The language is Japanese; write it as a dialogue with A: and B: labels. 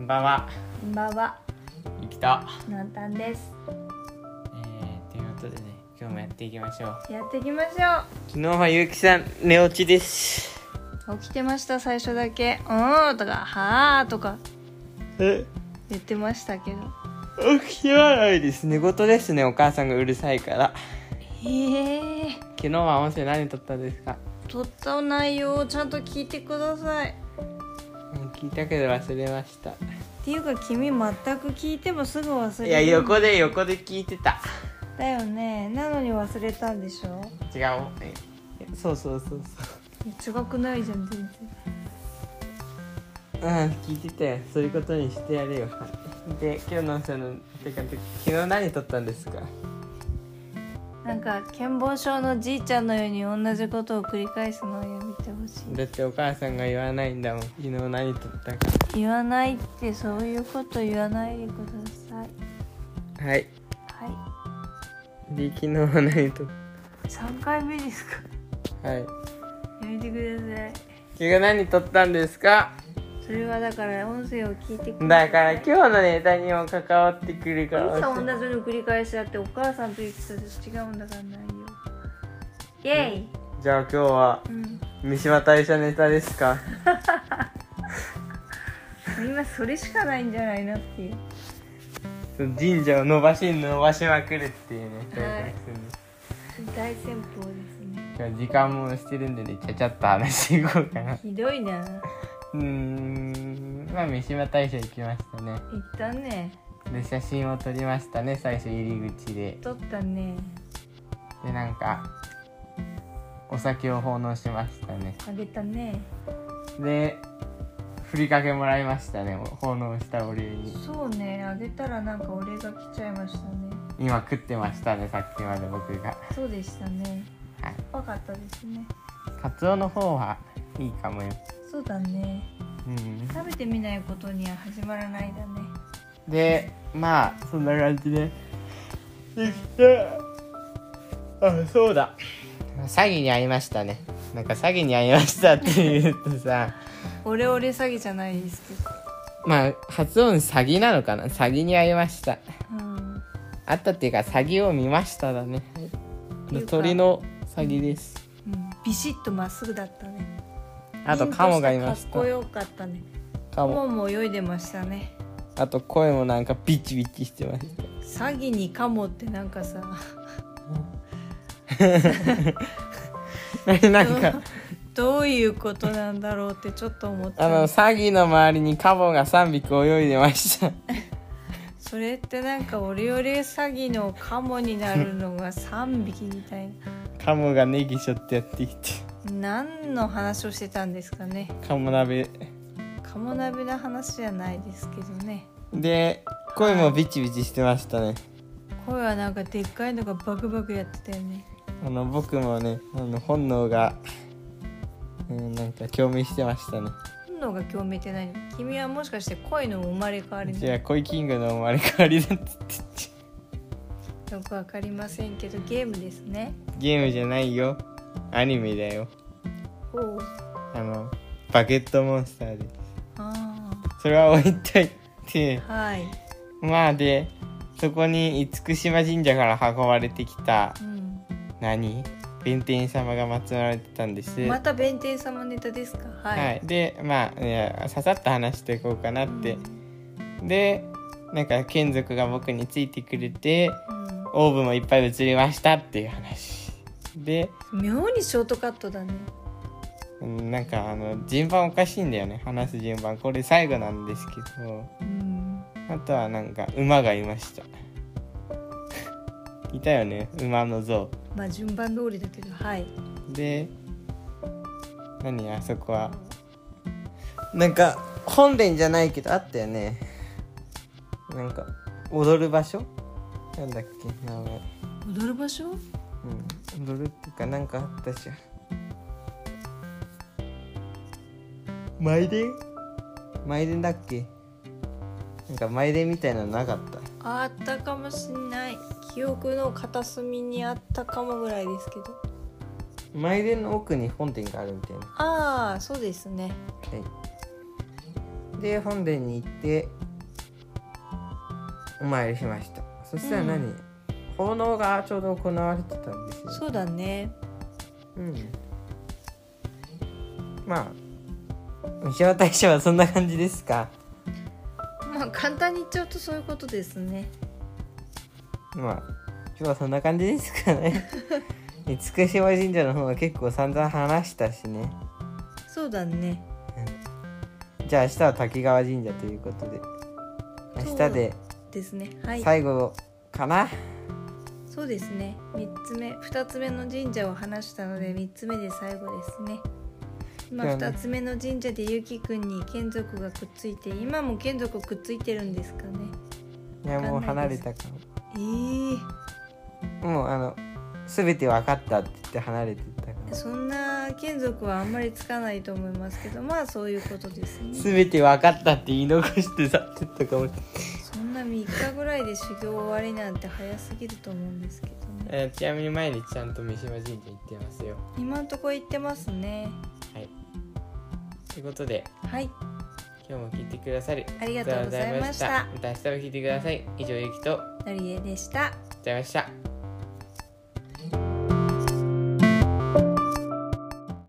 A: んばんは、
B: こんばんは、
A: 生きた。
B: のんたんです。
A: えー、ということでね、今日もやっていきましょう。
B: やっていきましょ
A: 昨日はゆうきさん、寝落ちです。
B: う。起きてました最初だけ。うーんとかはーとか
A: え、
B: 言ってましたけど。
A: 起きてはないです。寝言ですね、お母さんがうるさいから。
B: へえ。
A: 昨日は音声何撮ったんですか
B: 撮った内容をちゃんと聞いてください。っ
A: うん聞いたけど忘れました。
B: ていうか君全く聞いてもすぐ忘れ
A: い
B: る。
A: や、横で横で聞いてた。
B: だよね。なのに忘れたんでしょ。
A: 違う。えそうそうそう
B: 違くないじゃん全然。
A: そう。うん、聞いてたよ。そういうことにしてやれよ。で、今日のその、てか、て昨日何撮ったんですか
B: なんか健忘症のじいちゃんのように同じことを繰り返すのはやめてほしい。
A: だってお母さんが言わないんだもん昨日何撮ったか
B: 言わないってそういうこと言わないでください。
A: はい
B: は
A: で昨日は何撮っ
B: い。三回目ですか。
A: たはい
B: やめてください。
A: 昨日何撮ったんですか
B: それはだから音声を聞いてくださ
A: だ
B: い。
A: から今日のネタにも関わってくるから
B: さん同じの繰り返しだってお母さんと言ってたと違うんだからないよ。イェイ。
A: じゃあ今日は
B: うん。
A: 三島大社ネタですか
B: 今それしかないんじゃないなっていう。
A: 神社を伸ばし伸ばしまくるっていうね、
B: はい大戦法ですね。
A: 今日時間もしてるんでねちゃちゃっと話していこうかな
B: ひどいな。いう
A: ーんまあ三島大社行きましたね
B: ったね。
A: で写真を撮りましたね最初入り口で
B: 取ったね。
A: でなんかお酒を奉納しましたね
B: あげたね。
A: でふりかけもらいましたね奉納したお礼に
B: そうね。あげたらなんかお礼が来ちゃいましたね。
A: 今食ってましたねさっきまで僕が
B: そうでしたね。
A: はい
B: わかったですね。
A: カツオの方はいいかもよ
B: そうだね。
A: うん
B: 食べてみないことには始まらないだね。
A: でまあそんな感じで行ってあそうだ詐欺に遭いましたねなんか詐欺に遭いましたって言うとさ
B: オレオレ詐欺じゃないですけど。
A: まあ発音詐欺なのかな詐欺に遭いました
B: うん。
A: あったっていうか詐欺を見ましただね、
B: い
A: 鳥の詐欺です、
B: うん、ビシッとまっすぐだったね。
A: あとカモがいまし
B: 凛とてかったこよかったね。
A: カ
B: カ
A: モ
B: モも泳いでましたね。
A: あと声もなんかビチビチしてまし
B: 詐欺にカモってなんかさ、
A: たなんか
B: どういうことなんだろうってちょっと思っち
A: あの
B: ゃう。
A: 詐欺の周りにカモが3匹泳いでました
B: それってなんかオレオレ詐欺のカモになるのが3匹みたい
A: カモがネギしょってやってきて
B: な。何の話をしてたんですかね。
A: カモ鍋
B: カモ鍋の話じゃないですけどね。
A: で声もビチビチしてましたね
B: 声はなんかでっかいのがバクバクやってたよね。
A: あの僕もねあの本能がうんなんか共鳴してましたね
B: 本能が共鳴って何君はもしかして恋の生まれ変わり
A: じゃ
B: な
A: あ恋キングの生まれ変わりだって言って
B: のよくわかりませんけどゲームですね
A: ゲームじゃないよアニメだよ
B: おう
A: あのバケットモンスターで
B: あ
A: それは置いといて
B: あはい
A: まあでそこに厳島神社から運ばれてきた
B: うん
A: 何弁天様が祀られてたんです、
B: また弁天様ネタですかはい、
A: はい、でまあいやささっと話していこうかな
B: う
A: っ
B: ん
A: て、でなんか眷属が僕についてくれて
B: うん
A: オーブもいっぱい映りましたっていう話で
B: 妙にショートカットだね
A: うんなんかあの順番おかしいんだよね話す順番これ最後なんですけど
B: うん
A: あとはなんか馬がいました いたよね馬の像
B: まあ順番通りだけどはい
A: で何あそこはなんか本殿じゃないけどあったよねなんか踊る場所なんだっけ名前
B: 踊る場所
A: うん踊るっていうかなんかあったじゃん舞殿舞殿だっけなんか舞殿みたいなのなかった
B: あったかもしんない記憶の片隅にあったかもぐらいですけど
A: 舞殿の奥に本殿があるみたいな
B: ああそうですね
A: はいで本殿に行ってお参りしましたそしたら何、
B: う
A: 奉納がちょうど行われてたんですよ
B: そうだね
A: うんまあ三島大社はそんな感じですか
B: まあ簡単に言っちゃうとそういうことですね
A: まあ今日はそんな感じですか ね厳島神社の方は結構散々話したしね
B: そうだね
A: じゃあ明日は滝川神社ということで明日で
B: ですねはい
A: 最後かな、
B: そうですね3つ目2つ目の神社を話したので3つ目で最後ですね今
A: だよね
B: 2つ目の神社でゆきくんに眷属がくっついて今も眷属くっついてるんですかね
A: いやもう
B: わかんな
A: 離
B: いで
A: れ
B: す
A: たか
B: えー、
A: らもうあの全て分かったって言って離れてったから
B: そんな眷属はあんまりつかないと思いますけどまあそういうことですね
A: 全て分かったって言い残して去ってったかもしれない
B: そんな3日ぐらいで修行終わりなんて早すぎると思うんですけどね
A: えーちなみに毎日ちゃんと三島神社行ってますよ
B: 今んとこ行ってますね
A: はいということで
B: はい
A: 今日も聞いてくださり
B: ありがとうございました
A: ありがとうございましたまた明日も聞いてください以上ゆきと
B: のりえでした
A: ございました